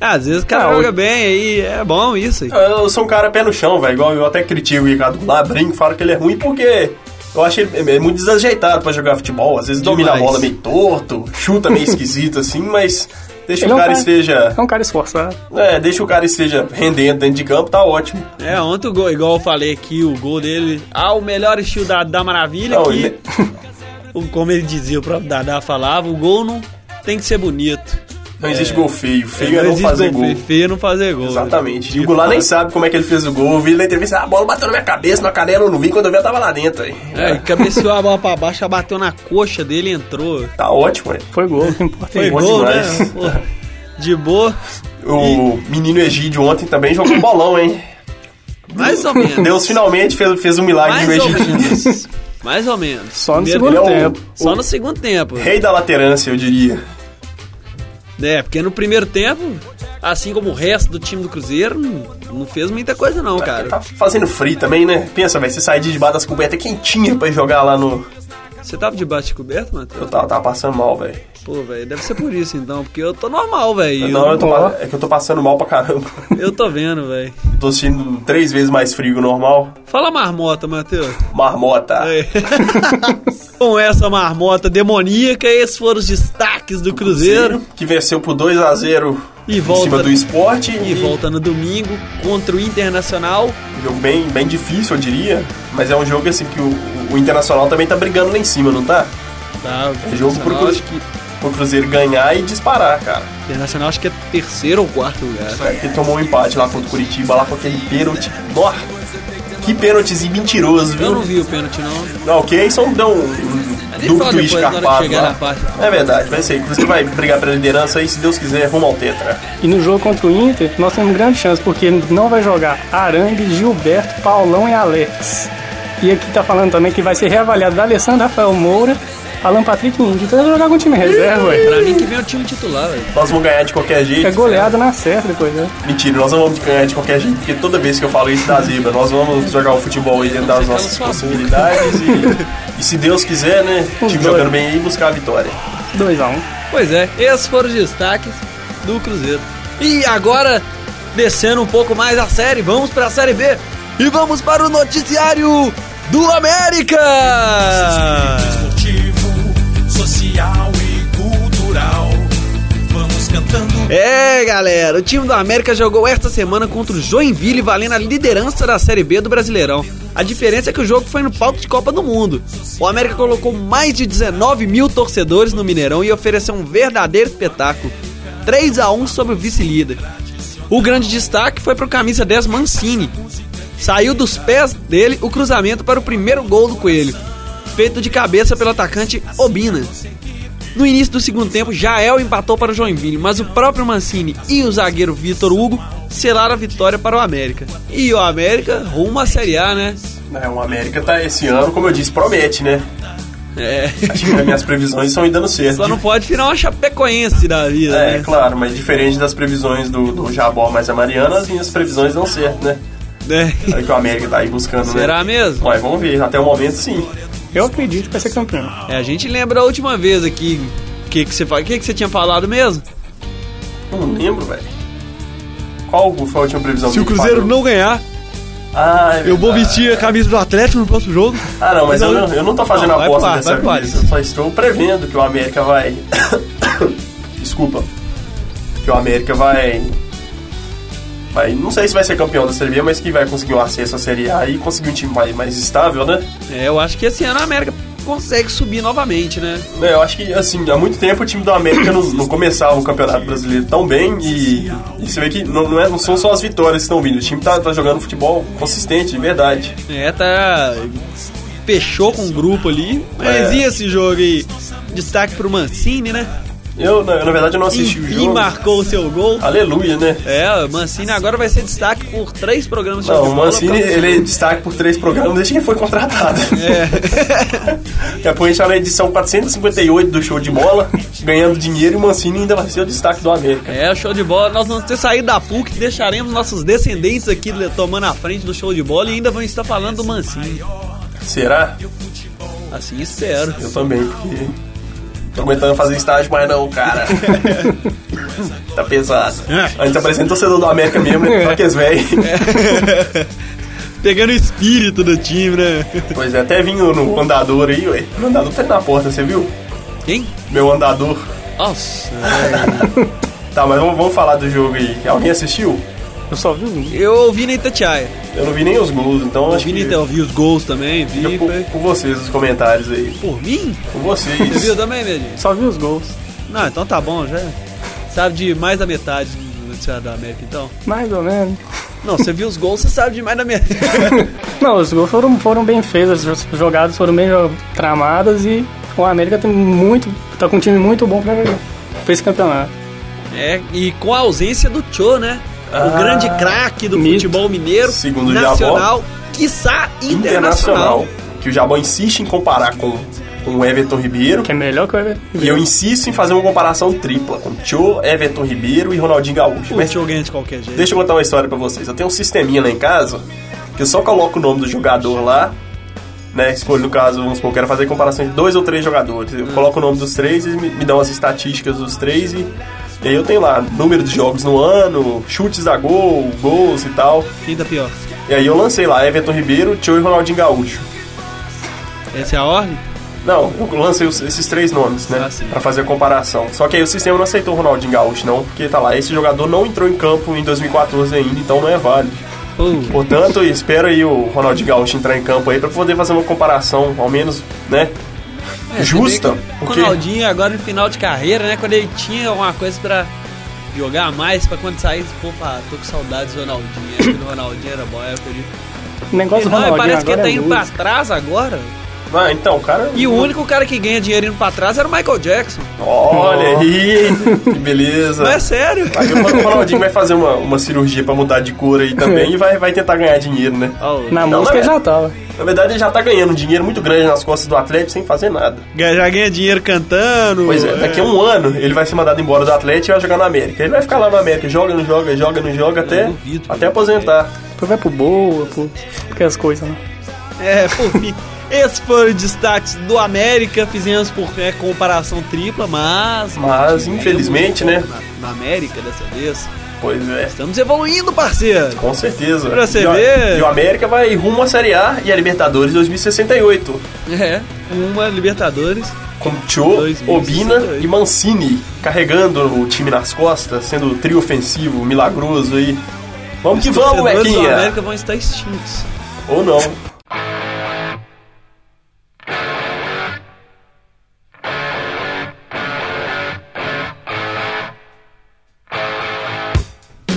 Speaker 2: Às vezes o cara
Speaker 4: Ah,
Speaker 2: joga
Speaker 4: o-
Speaker 2: bem aí, é bom isso aí.
Speaker 3: Eu sou um cara pé no chão, velho. Igual eu até critico o Ricardo lá, brinco, falo que ele é ruim porque eu acho ele é muito desajeitado pra jogar futebol. Às vezes domina a
Speaker 2: Demais.
Speaker 3: bola meio torto, chuta meio esquisito assim, mas deixa
Speaker 4: Ele é
Speaker 3: o
Speaker 4: um
Speaker 3: cara
Speaker 4: cara-
Speaker 3: esteja.
Speaker 4: É um cara esforçado.
Speaker 3: É, deixa o cara esteja rendendo dentro de campo, tá ótimo.
Speaker 2: É, ontem o gol, igual eu falei aqui, o gol dele ao melhor estilo da, da maravilha,
Speaker 3: Não,
Speaker 2: que,
Speaker 3: ele-
Speaker 2: o- como ele dizia, o próprio Dadá falava, o gol não tem que ser bonito.
Speaker 3: Não existe gol feio. Feio é não
Speaker 2: existe
Speaker 3: fazer gol.
Speaker 2: feio, Feio é não fazer gol.
Speaker 3: Exatamente. E o Goulart nem sabe como é que ele fez o gol. Eu vi ele na entrevista, ah, a bola bateu na minha cabeça, na canela eu não vi, quando eu vi ela tava lá dentro. Aí.
Speaker 2: É, e cabeceou a bola pra baixo, ela bateu na coxa dele e entrou.
Speaker 3: Tá ótimo, né?
Speaker 4: Foi gol, o que importa. é
Speaker 2: Foi
Speaker 4: isso.
Speaker 3: bom
Speaker 2: gol,
Speaker 3: demais.
Speaker 2: né? Pô, de boa,
Speaker 3: O menino Egídio ontem também jogou um bolão, hein?
Speaker 2: mais ou menos.
Speaker 3: Deus finalmente fez, fez um milagre no
Speaker 2: mais ou
Speaker 3: Egídio.
Speaker 2: menos. Mais ou menos.
Speaker 4: Só no
Speaker 2: Primeiro-
Speaker 4: segundo
Speaker 3: ele é o-
Speaker 4: tempo.
Speaker 2: Só no segundo tempo.
Speaker 3: Rei da laterância, eu diria.
Speaker 2: É, porque no primeiro tempo, assim como o resto do time do Cruzeiro, não, não fez muita coisa
Speaker 3: É,
Speaker 2: não, cara.
Speaker 3: é Tá fazendo frio também, né? Pensa, velho, você sair de debaixo das cobertas quentinha pra ir jogar lá no,
Speaker 2: Você tava debaixo de coberta, Matheus?
Speaker 3: Eu tava, tava passando mal, velho.
Speaker 2: Pô, velho, deve ser por isso então, porque eu tô normal, velho.
Speaker 3: Não, eu
Speaker 2: eu,
Speaker 3: tô pa- é que eu tô passando mal pra caramba.
Speaker 2: eu tô vendo, velho.
Speaker 3: tô sentindo três vezes mais frio que o normal.
Speaker 2: Fala marmota, Matheus.
Speaker 3: Marmota.
Speaker 2: Aí. Com essa marmota demoníaca, esses foram os destaques do Cruzeiro.
Speaker 3: Que venceu por 2x0
Speaker 2: E
Speaker 3: em
Speaker 2: volta-
Speaker 3: cima do esporte.
Speaker 2: E volta no domingo contra o Internacional.
Speaker 3: Um jogo bem, bem difícil, eu diria. Mas é um jogo assim que o, o Internacional também tá brigando lá em cima, não tá?
Speaker 2: Tá, o
Speaker 3: jogo pro
Speaker 2: Internacional,
Speaker 3: Cruzeiro.
Speaker 2: acho que,
Speaker 3: O Cruzeiro ganhar e disparar, cara.
Speaker 2: Internacional acho que é terceiro ou quarto lugar.
Speaker 3: Ele tomou um empate lá contra o Curitiba, lá com aquele pênalti. Nossa, que pênaltizinho mentiroso,
Speaker 2: Eu não
Speaker 3: viu?
Speaker 2: vi o pênalti, não.
Speaker 3: Não, ok, aí só deu um, um
Speaker 2: gente
Speaker 3: duplo
Speaker 2: fala
Speaker 3: twist
Speaker 2: depois, na hora que
Speaker 3: carpado
Speaker 2: chegar
Speaker 3: lá.
Speaker 2: na parte.
Speaker 3: É verdade, vai ser. O Cruzeiro vai brigar pela liderança aí, se Deus quiser, rumo ao tetra.
Speaker 4: E no jogo contra o Inter, nós temos grande chance, porque não vai jogar Arangue, Gilberto, Paulão e Alex. E aqui tá falando também que vai ser reavaliado da Alessandro, Rafael Moura, Alan Patrick e Índio. Então vai jogar com o time reserva, ué.
Speaker 2: Pra mim que vem o time titular, velho.
Speaker 3: Nós vamos ganhar de qualquer jeito.
Speaker 4: É goleada na certa depois, né?
Speaker 3: Mentira, nós não vamos ganhar de qualquer jeito, porque toda vez que eu falo isso dá zebra. Nós vamos jogar o futebol aí dentro das nossas possibilidades e, e se Deus quiser, né, o time
Speaker 4: dois.
Speaker 3: jogando bem aí, buscar a vitória.
Speaker 4: 2x1.
Speaker 2: Pois é, esses foram os destaques do Cruzeiro. E agora, descendo um pouco mais a série, vamos pra Série B. E vamos para o noticiário do América!
Speaker 6: Esportivo, social e cultural. Vamos cantando.
Speaker 2: É, galera, o time do América jogou esta semana contra o Joinville, valendo a liderança da Série B do Brasileirão. A diferença é que o jogo foi no palco de Copa do Mundo. O América colocou mais de 19 mil torcedores no Mineirão e ofereceu um verdadeiro espetáculo. 3 a 1 sobre o vice-líder. O grande destaque foi para o camisa 10 Mancini. Saiu dos pés dele o cruzamento para o primeiro gol do Coelho, feito de cabeça pelo atacante Obina. No início do segundo tempo, Jael empatou para o Joinville, mas o próprio Mancini e o zagueiro Vitor Hugo selaram a vitória para o América. E o América rumo à Série A, né?
Speaker 3: É, o América tá esse ano, como eu disse, promete, né?
Speaker 2: É.
Speaker 3: Acho que as minhas previsões estão dando certo.
Speaker 2: Só não pode virar uma Chapecoense da vida,
Speaker 3: É,
Speaker 2: né?
Speaker 3: claro, mas diferente das previsões do, do Jabó mais a Mariana, as minhas previsões dão certo, né?
Speaker 2: É.
Speaker 3: É o que o América tá aí buscando, né?
Speaker 2: Será mesmo?
Speaker 3: Mas vamos ver, até o momento sim.
Speaker 4: Eu acredito que vai ser campeão.
Speaker 2: É, a gente lembra a última vez aqui o que, que, você, fa- que, que você tinha falado mesmo?
Speaker 3: Não lembro, velho. Qual foi a última previsão
Speaker 7: Se o
Speaker 3: do
Speaker 7: Cruzeiro
Speaker 3: Fábio?
Speaker 7: não ganhar,
Speaker 3: Ah, é
Speaker 7: eu vou
Speaker 3: verdade.
Speaker 7: vestir a camisa do Atlético no próximo jogo.
Speaker 3: Ah, não, mas eu não, eu não tô fazendo
Speaker 2: Não, vai
Speaker 3: aposta
Speaker 2: pro ar,
Speaker 3: dessa
Speaker 2: vai pro ar.
Speaker 3: vez. Eu só estou prevendo que o América vai. Desculpa. Que o América vai. Vai, não sei se vai ser campeão da Série B, mas que vai conseguir um acesso à Série A e conseguir um time mais, mais estável, né?
Speaker 2: É, eu acho que esse ano a América consegue subir novamente, né?
Speaker 3: É, eu acho que, assim, há muito tempo o time do América não, não começava o Campeonato Brasileiro tão bem e, e você vê que não, não é- não são só as vitórias que estão vindo. O time tá, tá jogando futebol consistente, de verdade.
Speaker 2: É, tá. Fechou com o grupo ali. Mas
Speaker 3: É.
Speaker 2: e esse jogo aí? Destaque pro Mancini, né?
Speaker 3: Eu, na, na verdade, eu não assisti o
Speaker 2: Enfim,
Speaker 3: jogo.
Speaker 2: marcou o seu gol.
Speaker 3: Aleluia, né?
Speaker 2: É, o Mancini agora vai ser destaque por três programas de
Speaker 3: Não, o
Speaker 2: futebol.
Speaker 3: Mancini, ele é destaque por três programas desde que ele foi contratado.
Speaker 2: É.
Speaker 3: É. Depois a gente tá na edição 458 do Show de Bola, ganhando dinheiro e o Mancini ainda vai ser o destaque do América.
Speaker 2: É, show de bola. Nós vamos ter saído da PUC, deixaremos nossos descendentes aqui le- tomando a frente do show de bola e ainda vão estar falando do Mancini.
Speaker 3: Será?
Speaker 2: Assim espero.
Speaker 3: Eu também, porque... Tô aguentando fazer estágio mais não, cara. tá pesado. A gente tá parecendo torcedor do América mesmo,
Speaker 4: É.
Speaker 3: né? Só que eles véi.
Speaker 2: Pegando o espírito do time, né?
Speaker 3: Pois é, até vinho no andador aí, ué. Meu andador tá ali na porta, você viu?
Speaker 2: Quem?
Speaker 3: Meu andador.
Speaker 2: Nossa.
Speaker 3: Tá, mas vamos, vamos falar do jogo aí. Alguém assistiu?
Speaker 4: Eu só vi um.
Speaker 2: Eu ouvi na Itatiaia.
Speaker 3: Eu não vi nem os gols, então acho
Speaker 2: Ouvi na
Speaker 3: que...
Speaker 2: Itatiaia, ouvi os gols também, vi.
Speaker 3: Fica por,
Speaker 2: foi-
Speaker 3: por vocês os comentários aí.
Speaker 2: Por mim?
Speaker 3: Por
Speaker 2: Você viu
Speaker 3: vocês.
Speaker 2: também, Medinho?
Speaker 4: Só vi os gols.
Speaker 2: Não, então tá bom, já. Sabe de mais da metade do noticiário da América, então.
Speaker 4: Mais ou menos.
Speaker 2: Não, você viu os gols, você sabe de mais da metade.
Speaker 4: Não, os gols foram, foram bem feitos, as jogadas foram bem jo- tramadas e o América tem muito. tá com um time muito bom pra, pra esse campeonato.
Speaker 2: É, e com a ausência do Cho, né? o grande craque do
Speaker 4: mito.
Speaker 2: futebol mineiro,
Speaker 3: Ah, Segundo o
Speaker 2: nacional, quiçá internacional.
Speaker 3: Internacional. Que o Jabão insiste em comparar com, com o Everton Ribeiro.
Speaker 4: Que é melhor que o Everton.
Speaker 3: E eu insisto em fazer uma comparação tripla com Tio, Everton Ribeiro e Ronaldinho Gaúcho.
Speaker 2: O
Speaker 3: Mas
Speaker 2: Cho ganha de qualquer jeito.
Speaker 3: deixa eu contar uma história pra vocês. Eu tenho um sisteminha lá em casa que eu só coloco o nome do jogador lá. né, escolho, no caso, vamos supor, eu quero fazer comparação de dois ou três jogadores.
Speaker 2: Hum.
Speaker 3: Eu coloco o nome dos três e me, me dão as estatísticas dos três e, e aí eu tenho lá número de jogos no ano, chutes a gol, gols e tal.
Speaker 2: Ainda pior.
Speaker 3: E aí eu lancei lá Everton Ribeiro, Tio e Ronaldinho Gaúcho.
Speaker 2: Essa é a ordem?
Speaker 3: Não, eu lancei os- esses três nomes, né?
Speaker 2: Ah, sim.
Speaker 3: pra fazer a comparação. Só que aí o sistema não aceitou o Ronaldinho Gaúcho, não, porque tá lá, esse jogador não entrou em campo em 2014 ainda, então não é válido.
Speaker 2: Pô,
Speaker 3: Portanto, eu espero aí o Ronaldinho Gaúcho entrar em campo aí pra poder fazer uma comparação, ao menos, né?
Speaker 2: é,
Speaker 3: justa,
Speaker 2: você vê que O
Speaker 3: porque-
Speaker 2: Ronaldinho agora no final de carreira, né? Quando ele tinha alguma coisa pra jogar a mais, pra quando saísse, pô, pá, tô com saudades do Ronaldinho. Acho que o Ronaldinho era bom, é, época de...
Speaker 4: O Um negócio do
Speaker 2: Não,
Speaker 4: Ronaldinho
Speaker 2: parece que ele
Speaker 4: agora
Speaker 2: tá
Speaker 4: é
Speaker 2: indo pra
Speaker 4: luz.
Speaker 2: trás agora.
Speaker 3: Ah, então, o cara.
Speaker 2: E o único cara que ganha dinheiro indo pra trás era o Michael Jackson.
Speaker 3: Olha aí, hein? que beleza.
Speaker 2: Não é sério?
Speaker 3: Aí o Ronaldinho vai fazer uma, uma cirurgia pra mudar de cor aí também e vai, vai tentar ganhar dinheiro, né?
Speaker 2: Ó,
Speaker 4: Na
Speaker 3: Não, não
Speaker 4: música
Speaker 3: é.
Speaker 4: ele já tava.
Speaker 3: Na verdade, ele já tá ganhando um dinheiro muito grande nas costas do Atlético sem fazer nada.
Speaker 2: Já ganha dinheiro cantando.
Speaker 3: Pois é, daqui a um ano ele vai ser mandado embora do Atlético e vai jogar na América. Ele vai ficar lá na América, joga, não joga, joga, não joga, até,
Speaker 2: duvido.
Speaker 3: até aposentar.
Speaker 4: Depois vai pro Boa, pro... Aquelas coisas, né?
Speaker 2: É, por fim. Esses foram os destaques do América. Fizemos por né, comparação tripla, mas.
Speaker 3: Mas, infelizmente, né?
Speaker 2: Na, na América dessa vez.
Speaker 3: Pois é.
Speaker 2: Estamos evoluindo, parceiro.
Speaker 3: Com certeza.
Speaker 2: Pra você
Speaker 3: e, o-
Speaker 2: ver.
Speaker 3: e o América vai rumo à Série A e a Libertadores 2068.
Speaker 2: É, uma Libertadores.
Speaker 3: Com Tio,
Speaker 2: 2068.
Speaker 3: Obina e Mancini carregando o time nas costas, sendo o trio ofensivo, milagroso aí. Vamos que
Speaker 2: Os
Speaker 3: vamos,
Speaker 2: torcedores do
Speaker 3: Mequinha!
Speaker 2: América vão estar extintos.
Speaker 3: Ou não.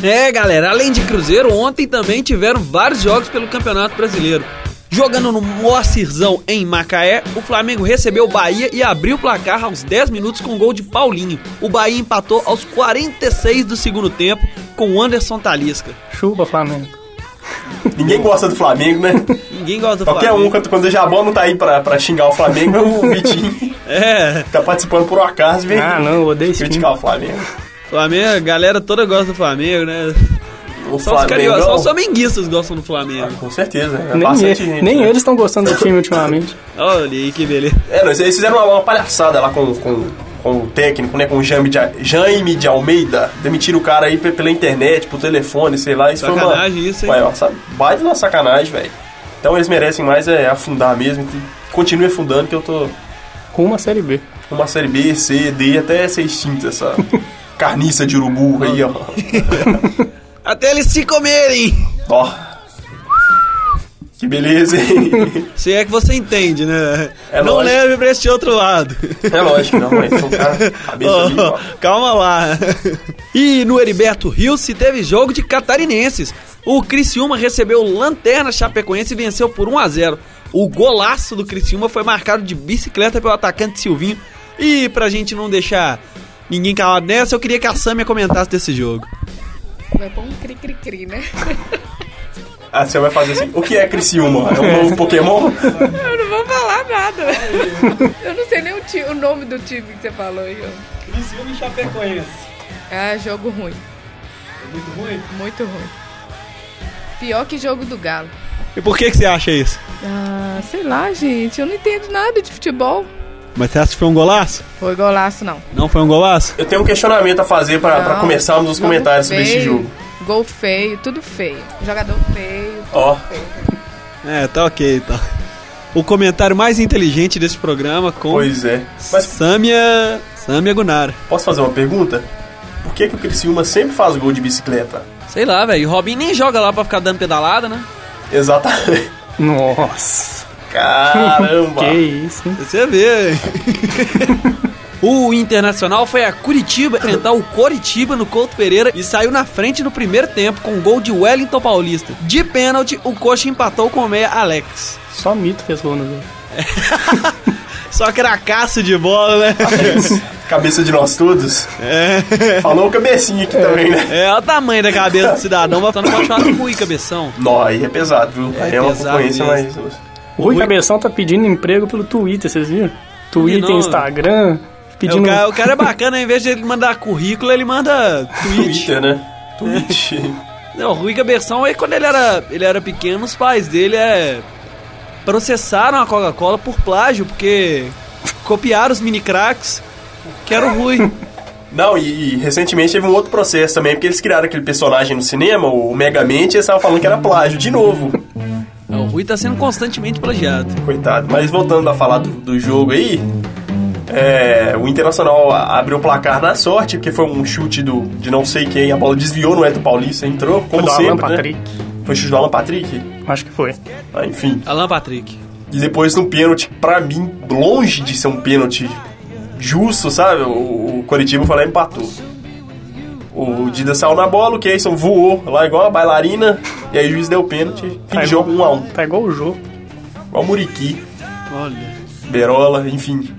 Speaker 2: É, galera, além de Cruzeiro, ontem também tiveram vários jogos pelo Campeonato Brasileiro. Jogando no Moacirzão, em Macaé, o Flamengo recebeu o Bahia e abriu o placar aos 10 minutos com o gol de Paulinho. O Bahia empatou aos 46 do segundo tempo com o Anderson Talisca.
Speaker 4: Chupa, Flamengo.
Speaker 3: Ninguém gosta do Flamengo, né?
Speaker 2: Ninguém gosta do
Speaker 3: Qualquer um,
Speaker 2: Flamengo.
Speaker 3: quando, quando o Jabão não tá aí pra, pra xingar o Flamengo, o Vitinho
Speaker 2: É,
Speaker 3: tá participando por um acaso e vem
Speaker 4: Ah, não, eu odeio esse time.
Speaker 3: criticar o Flamengo.
Speaker 2: Flamengo, a galera toda gosta do Flamengo, né? Só
Speaker 3: O
Speaker 2: os
Speaker 3: Flamengo. é um-
Speaker 2: cariocas, só os flamenguistas gostam do Flamengo.
Speaker 3: Com certeza, é
Speaker 4: Nem,
Speaker 3: bastante
Speaker 4: ele-
Speaker 3: gente,
Speaker 4: nem
Speaker 3: né?
Speaker 4: eles estão gostando do time ultimamente.
Speaker 2: Olha aí que beleza.
Speaker 3: É, não, eles fizeram uma, uma palhaçada lá com, com, com o técnico, né? Com o Jaime de, Jaime de Almeida. Demitiram o cara aí pe- pela internet, por telefone, sei lá. Isso
Speaker 2: Sacanagem
Speaker 3: foi uma,
Speaker 2: isso, hein?
Speaker 3: Ué, ó, sabe? Baita uma sacanagem, velho. Então eles merecem mais é afundar mesmo. que Continue afundando que eu tô
Speaker 4: Rumo à Série B.
Speaker 3: com uma série B, C, D, até ser extinta essa carniça de urubu aí, ó.
Speaker 2: Até eles se comerem!
Speaker 3: Ó. Que beleza, hein?
Speaker 2: Se é que você entende, né?
Speaker 3: É
Speaker 2: não
Speaker 3: lógico.
Speaker 2: leve pra este outro lado.
Speaker 3: É lógico, não, mas são caras cabeça ali, ó.
Speaker 2: Oh, calma lá. E no Heriberto Rios se teve jogo de catarinenses. O Criciúma recebeu o Lanterna Chapecoense e venceu por 1 a 0. O golaço do Criciúma foi marcado de bicicleta pelo atacante Silvinho. E pra gente não deixar ninguém calado nessa, eu queria que a Samia comentasse desse jogo.
Speaker 5: Vai pôr um cri-cri-cri, né?
Speaker 3: Ah, você vai fazer assim. O que é Criciúma? É um novo Pokémon?
Speaker 5: Eu não vou falar nada. Eu não sei nem o, ti- o nome do time que você falou, João.
Speaker 2: Criciúma e Chapecoense.
Speaker 5: Ah, jogo ruim.
Speaker 3: É
Speaker 2: Muito ruim.
Speaker 5: Muito ruim. Pior que jogo do Galo.
Speaker 2: E por que, que você acha isso?
Speaker 5: Ah, sei lá, gente. Eu não entendo nada de futebol.
Speaker 2: Mas você acha que foi um golaço?
Speaker 5: Foi golaço, não.
Speaker 2: Não foi um golaço?
Speaker 3: Eu tenho um questionamento a fazer pra, pra
Speaker 5: Não,
Speaker 3: começarmos os
Speaker 5: jogo
Speaker 3: comentários sobre
Speaker 5: feio,
Speaker 3: este jogo.
Speaker 5: Gol feio, tudo feio. Jogador feio.
Speaker 3: Ó,
Speaker 2: É, tá ok, tá. O comentário mais inteligente desse programa com
Speaker 3: pois é. Mas
Speaker 2: Samia. Samia Gunara.
Speaker 3: posso fazer uma pergunta? Por que, que o Criciúma sempre faz gol de bicicleta?
Speaker 2: Sei lá, velho. O Robin nem joga lá pra ficar dando pedalada, né?
Speaker 3: Exatamente.
Speaker 4: Nossa.
Speaker 3: Caramba!
Speaker 4: Que isso, hein?
Speaker 2: Você vê. o Internacional foi a Curitiba enfrentar o Coritiba no Couto Pereira e saiu na frente no primeiro tempo com um gol de Wellington Paulista. De pênalti, o Coxa empatou com o meia Alex.
Speaker 4: Só mito fez gol no jogo.
Speaker 2: Só cracaço de bola, né?
Speaker 3: Cabeça de nós todos. É. Falou o cabecinha aqui também, né?
Speaker 2: É, olha o tamanho da cabeça do cidadão, mas não pode falar com o cabeção.
Speaker 3: Nó, aí é pesado, viu?
Speaker 2: É
Speaker 3: Aí é uma
Speaker 2: pesado
Speaker 3: concorrência, mas.
Speaker 2: mesmo.
Speaker 4: O Rui
Speaker 2: Rui-
Speaker 4: Cabeção tá pedindo emprego pelo Twitter, vocês viram? Twitter,
Speaker 2: não.
Speaker 4: Instagram,
Speaker 2: É, o,
Speaker 4: pedindo...
Speaker 2: cara, o cara é bacana, ao invés de ele mandar currículo, ele manda tweet.
Speaker 3: Twitter, né? Twitch.
Speaker 2: Não, o Rui Cabeção, aí quando ele era, ele era pequeno, os pais dele é, processaram a Coca-Cola por plágio, porque copiaram os mini cracks, que era o Rui.
Speaker 3: Não, e, e recentemente teve um outro processo também, porque eles criaram aquele personagem no cinema, o Megamente, e eles estavam falando que era plágio, de novo.
Speaker 2: O Rui tá sendo constantemente plagiado.
Speaker 3: Coitado. Mas voltando a falar do, do jogo aí, é, o Internacional a- abriu o placar na sorte, porque foi um chute do, de não sei quem, a bola desviou no Eto Paulista, entrou, como
Speaker 4: Foi do
Speaker 3: sempre.
Speaker 4: Alan
Speaker 3: né?
Speaker 4: Patrick.
Speaker 3: Foi chute do Alan Patrick?
Speaker 4: Acho que foi.
Speaker 3: Ah, enfim.
Speaker 2: Alan Patrick.
Speaker 3: E depois no pênalti, pra mim, longe de ser um pênalti justo, sabe? O, o Coritiba foi lá e empatou. O Dida saiu na bola, o Keyson voou lá igual uma bailarina, e aí o juiz deu o pênalti. Fim de jogo, um a um.
Speaker 4: Tá igual o jogo.
Speaker 3: Igual o Muriqui,
Speaker 2: Olha.
Speaker 3: Berola, enfim.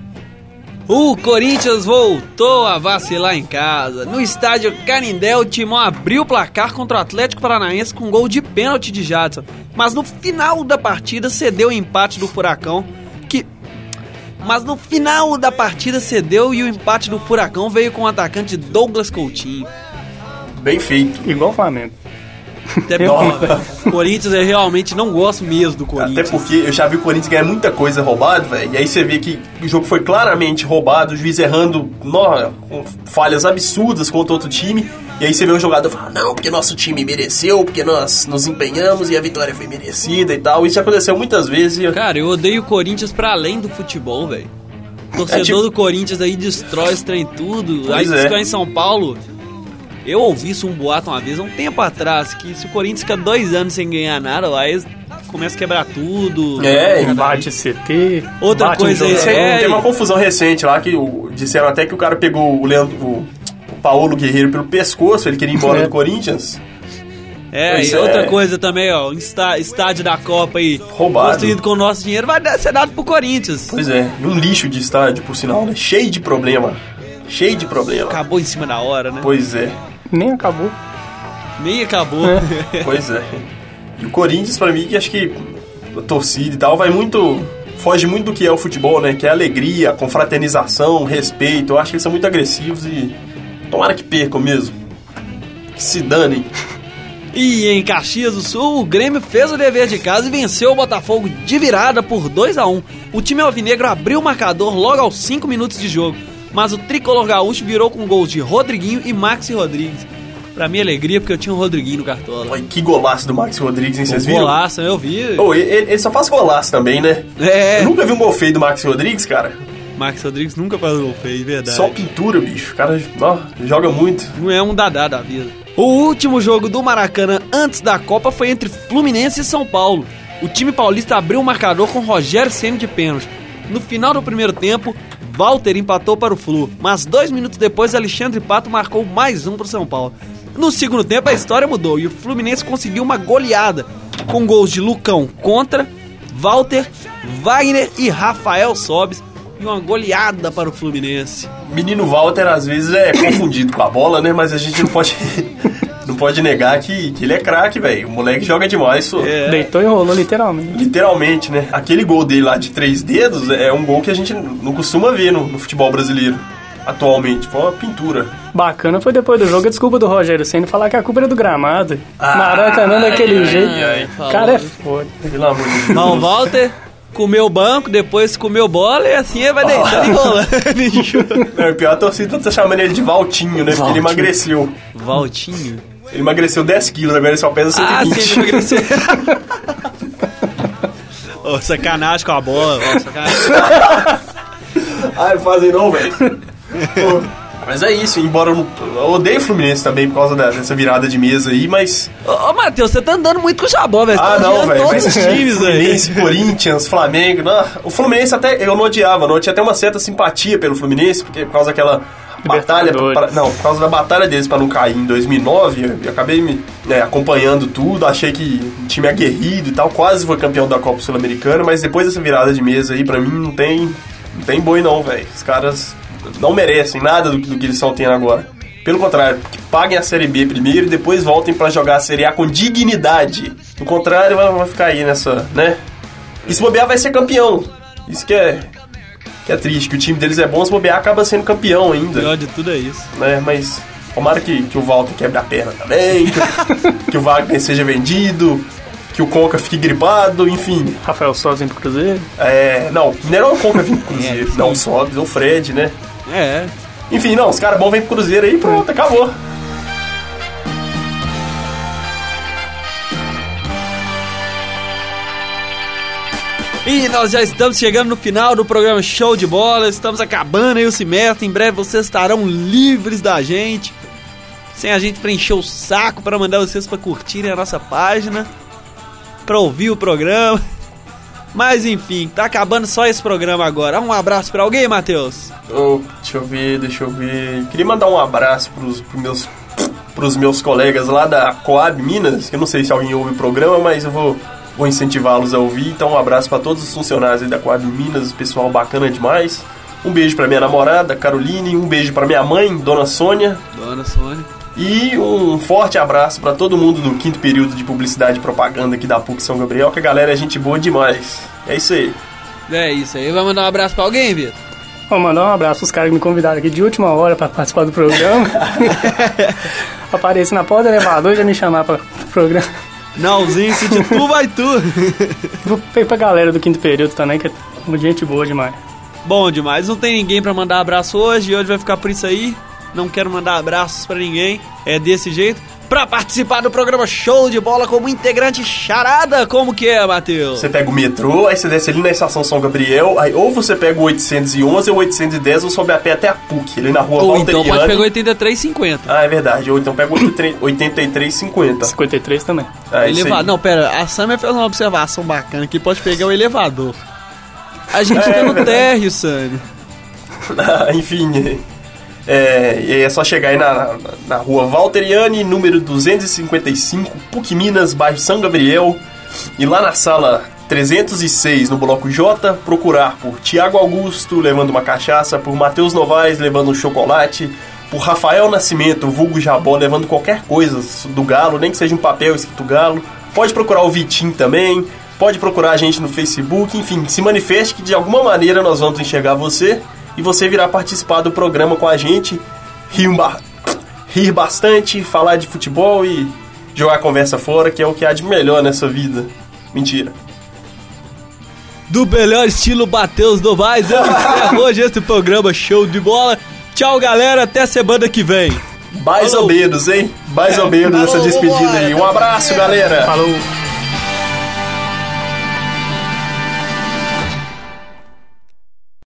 Speaker 2: O Corinthians voltou a vacilar em casa. No estádio Canindé, o Timão abriu o placar contra o Atlético Paranaense com gol de pênalti de Jadson. Mas no final da partida cedeu o empate do Furacão, que... Mas no final da partida cedeu e o empate do Furacão veio com o atacante Douglas Coutinho.
Speaker 3: Bem feito.
Speaker 4: Igual o Flamengo.
Speaker 2: Até
Speaker 4: Nossa.
Speaker 2: porque o Corinthians eu realmente não gosto mesmo do
Speaker 3: Até
Speaker 2: Corinthians.
Speaker 3: porque eu já vi o Corinthians ganhar muita coisa roubado, velho. E aí você vê que o jogo foi claramente roubado, o juiz errando nó, com falhas absurdas contra outro time. E aí você vê o jogador falar, não, porque nosso time mereceu, porque nós nos empenhamos e a vitória foi merecida e tal. Isso já aconteceu muitas vezes. e eu-
Speaker 2: Cara, eu odeio o Corinthians pra além do futebol, velho. Torcedor
Speaker 3: É, tipo-
Speaker 2: do Corinthians aí destrói, estranha tudo. aí
Speaker 3: Pois é.
Speaker 2: fica em São Paulo. Eu ouvi isso um boato uma vez, há um tempo atrás, que se o Corinthians fica dois anos sem ganhar nada, lá eles começam a quebrar tudo.
Speaker 3: É, e
Speaker 4: Bate CT.
Speaker 2: Outra
Speaker 4: bate um
Speaker 2: coisa
Speaker 4: no
Speaker 2: é-
Speaker 3: Isso aí,
Speaker 4: jogador.
Speaker 2: É,
Speaker 3: tem
Speaker 2: e-
Speaker 3: uma confusão recente lá que o- disseram até que o cara pegou o Leandro. O, o Paulo Guerreiro pelo pescoço, ele queria ir embora
Speaker 4: É.
Speaker 3: do Corinthians.
Speaker 2: É,
Speaker 3: Pois
Speaker 2: e outra
Speaker 3: é.
Speaker 2: coisa também, ó, o insta- estádio da Copa aí,
Speaker 3: Roubado.
Speaker 2: construído com o nosso dinheiro, vai dar- ser dado pro Corinthians.
Speaker 3: Pois é, e um lixo de estádio, por sinal, né? Cheio de problema. Cheio de problema.
Speaker 2: Acabou em cima da hora, né?
Speaker 3: Pois é,
Speaker 4: Nem acabou.
Speaker 2: Nem acabou.
Speaker 3: pois é. E o Corinthians, pra mim, que acho que a torcida e tal, vai muito. Foge muito do que é o futebol, né? Que é alegria, confraternização, respeito. Eu acho que eles são muito agressivos e. Tomara que percam mesmo. Que se danem.
Speaker 2: E em Caxias do Sul, o Grêmio fez o dever de casa e venceu o Botafogo de virada por 2 a 1 O time alvinegro abriu o marcador logo aos 5 minutos de jogo, mas o tricolor gaúcho virou com gols de Rodriguinho e Maxi Rodrigues. Pra minha alegria, porque eu tinha o Rodriguinho no cartola.
Speaker 3: Olha, que golaço do Max Rodrigues, hein? Vocês viram?
Speaker 2: Um Golaço, eu vi.
Speaker 3: Oh, ele, ele só faz golaço também, né?
Speaker 2: É,
Speaker 3: Eu nunca vi um gol feio do Max Rodrigues, cara.
Speaker 2: Maxi Rodrigues nunca faz gol feio, é verdade.
Speaker 3: Só pintura, bicho. O cara ó, joga muito.
Speaker 2: Não é um dadá da vida. O último jogo do Maracanã antes da Copa foi entre Fluminense e São Paulo. O time paulista abriu o marcador com Rogério Ceni de pênalti. No final do primeiro tempo, Walter empatou para o Flu, mas dois minutos depois Alexandre Pato marcou mais um para o São Paulo. No segundo tempo a história mudou e o Fluminense conseguiu uma goleada com gols de Lucão contra, Walter, Wagner e Rafael Sobes e uma goleada para o Fluminense.
Speaker 3: Menino Walter às vezes é confundido com a bola, né? Mas a gente não pode, não pode negar que, que ele é craque, velho. O moleque joga demais, só.
Speaker 2: É.
Speaker 4: Deitou e rolou, literalmente.
Speaker 3: Literalmente, né? Aquele gol dele lá de três dedos é um gol que a gente não costuma ver no, no futebol brasileiro atualmente. Foi uma pintura.
Speaker 4: Bacana foi depois do jogo a desculpa do Rogério Senna falar que a culpa era do gramado. Maracanã daquele jeito.
Speaker 2: Ah, ai,
Speaker 4: O cara é foda.
Speaker 3: Pelo amor de Deus.
Speaker 2: Não, o Walter comeu banco, depois comeu bola e assim ele vai deitando e rolando.
Speaker 3: É, o pior, a torcida tá chamando ele de Valtinho, né? Porque ele emagreceu.
Speaker 2: Valtinho?
Speaker 3: Ele emagreceu 10 quilos, agora ele só pesa
Speaker 2: Ah, sim,
Speaker 3: 120.
Speaker 2: ele emagreceu. Ô, sacanagem com a bola, ó, sacanagem.
Speaker 3: Ah, não fazem não, velho. Pô, Mas é isso, embora eu, não- eu odeio o Fluminense também por causa da- dessa virada de mesa aí, mas.
Speaker 2: Ô, ô Matheus, você tá andando muito com o Jabó, velho. Você
Speaker 3: Ah,
Speaker 2: tá
Speaker 3: não,
Speaker 2: odiando
Speaker 3: velho.
Speaker 2: todos
Speaker 3: mas
Speaker 2: os times, velho.
Speaker 3: Fluminense, Corinthians, Flamengo. não. o Fluminense até eu não odiava, não. Eu tinha até uma certa simpatia pelo Fluminense, porque por causa daquela batalha.
Speaker 4: Libertadores.
Speaker 3: pra- não, por causa da batalha deles pra não cair em 2009, eu, eu acabei me né, acompanhando tudo. Achei que o time aguerrido e tal, quase foi campeão da Copa Sul-Americana, mas depois dessa virada de mesa aí, pra mim, não tem, não tem boi, não, velho. Os caras não merecem nada do, que- do que eles estão tendo agora. Pelo contrário, que paguem a Série B primeiro e depois voltem pra jogar a Série A com dignidade. Do contrário, vai, vai ficar aí nessa, né? E se bobear, vai ser campeão. Isso que é, que é triste, que o time deles é bom, se bobear, acaba sendo campeão ainda.
Speaker 2: Pior de tudo é isso.
Speaker 3: Né? Mas tomara que, que o Walter quebre a perna também, que, o- que o Wagner seja vendido, que o Conca fique gripado, enfim.
Speaker 4: Rafael Sobis indo pro Cruzeiro.
Speaker 3: É, não, Mineirão é o Conca vem pro Cruzeiro, não o Sobs, é o Fred, né?
Speaker 2: É.
Speaker 3: Enfim, não, os caras bons vêm pro Cruzeiro aí, pronto, acabou.
Speaker 2: E nós já estamos chegando no final do programa Show de Bola, estamos acabando aí o semestre, em breve vocês estarão livres da gente, sem a gente preencher o saco para mandar vocês para curtirem a nossa página, para ouvir o programa. Mas enfim, tá acabando só esse programa agora. Um abraço para alguém, Matheus.
Speaker 3: Ô, deixa eu ver, deixa eu ver. Queria mandar um abraço pros, pros meus pros meus colegas lá da Coab Minas, que eu não sei se alguém ouve o programa, mas eu vou, vou incentivá-los a ouvir. Então um abraço para todos os funcionários aí da Coab Minas, pessoal bacana demais. Um beijo para minha namorada, Caroline, um beijo para minha mãe, Dona Sônia,
Speaker 2: Dona Sônia.
Speaker 3: e um forte abraço para todo mundo do quinto período de publicidade e propaganda aqui da PUC São Gabriel, que a galera é gente boa demais. É isso aí.
Speaker 2: É isso aí, vai mandar um abraço para alguém, Vitor?
Speaker 4: Vou mandar um abraço pros caras que me convidaram aqui de última hora pra participar do programa. Apareci na porta do elevador e já me chamar pra pro programa.
Speaker 2: Na ausência de tu, vai tu.
Speaker 4: Vou pegar pra galera do quinto período também, que é uma gente boa demais.
Speaker 2: Bom demais, não tem ninguém pra mandar abraço hoje, hoje vai ficar por isso aí. Não quero mandar abraços pra ninguém, é desse jeito. Pra participar do programa Show de Bola como integrante charada, como que é, Matheus?
Speaker 3: Você pega o metrô, aí você desce ali na estação São Gabriel, aí ou você pega o 811 ou 810 ou sobe a pé até a PUC, ali na rua
Speaker 2: Ou então pode
Speaker 3: Valteriani.
Speaker 2: pegar 83,50.
Speaker 3: Ah, é verdade. Ou então pega o 83-
Speaker 2: Tá.
Speaker 3: 83,50.
Speaker 4: 53 também.
Speaker 3: É, isso aí.
Speaker 2: Elevado. Não, pera, a Samia fez uma observação bacana que pode pegar o elevador. A gente tá
Speaker 3: É.
Speaker 2: no térreo, Sani.
Speaker 3: Enfim, é, é, é só chegar aí na, na, na rua Valteriani, número 255, PUC Minas, bairro São Gabriel. E lá na sala 306, no bloco J, procurar por Tiago Augusto, levando uma cachaça, por Matheus Novaes, levando um chocolate, por Rafael Nascimento, vulgo Jabó, levando qualquer coisa do Galo, nem que seja um papel escrito Galo. Pode procurar o Vitinho também, pode procurar a gente no Facebook, enfim, se manifeste que de alguma maneira nós vamos enxergar você e você virá participar do programa com a gente, rir, um ba- rir bastante, falar de futebol e jogar a conversa fora, que é o que há de melhor nessa vida. Mentira.
Speaker 2: Do melhor estilo Matheus Novaes, eu encerro hoje este programa Show de Bola. Tchau, galera, até semana que vem.
Speaker 3: Mais ou menos, hein? Mais ou menos essa despedida aí. Um abraço, galera!
Speaker 4: Falou!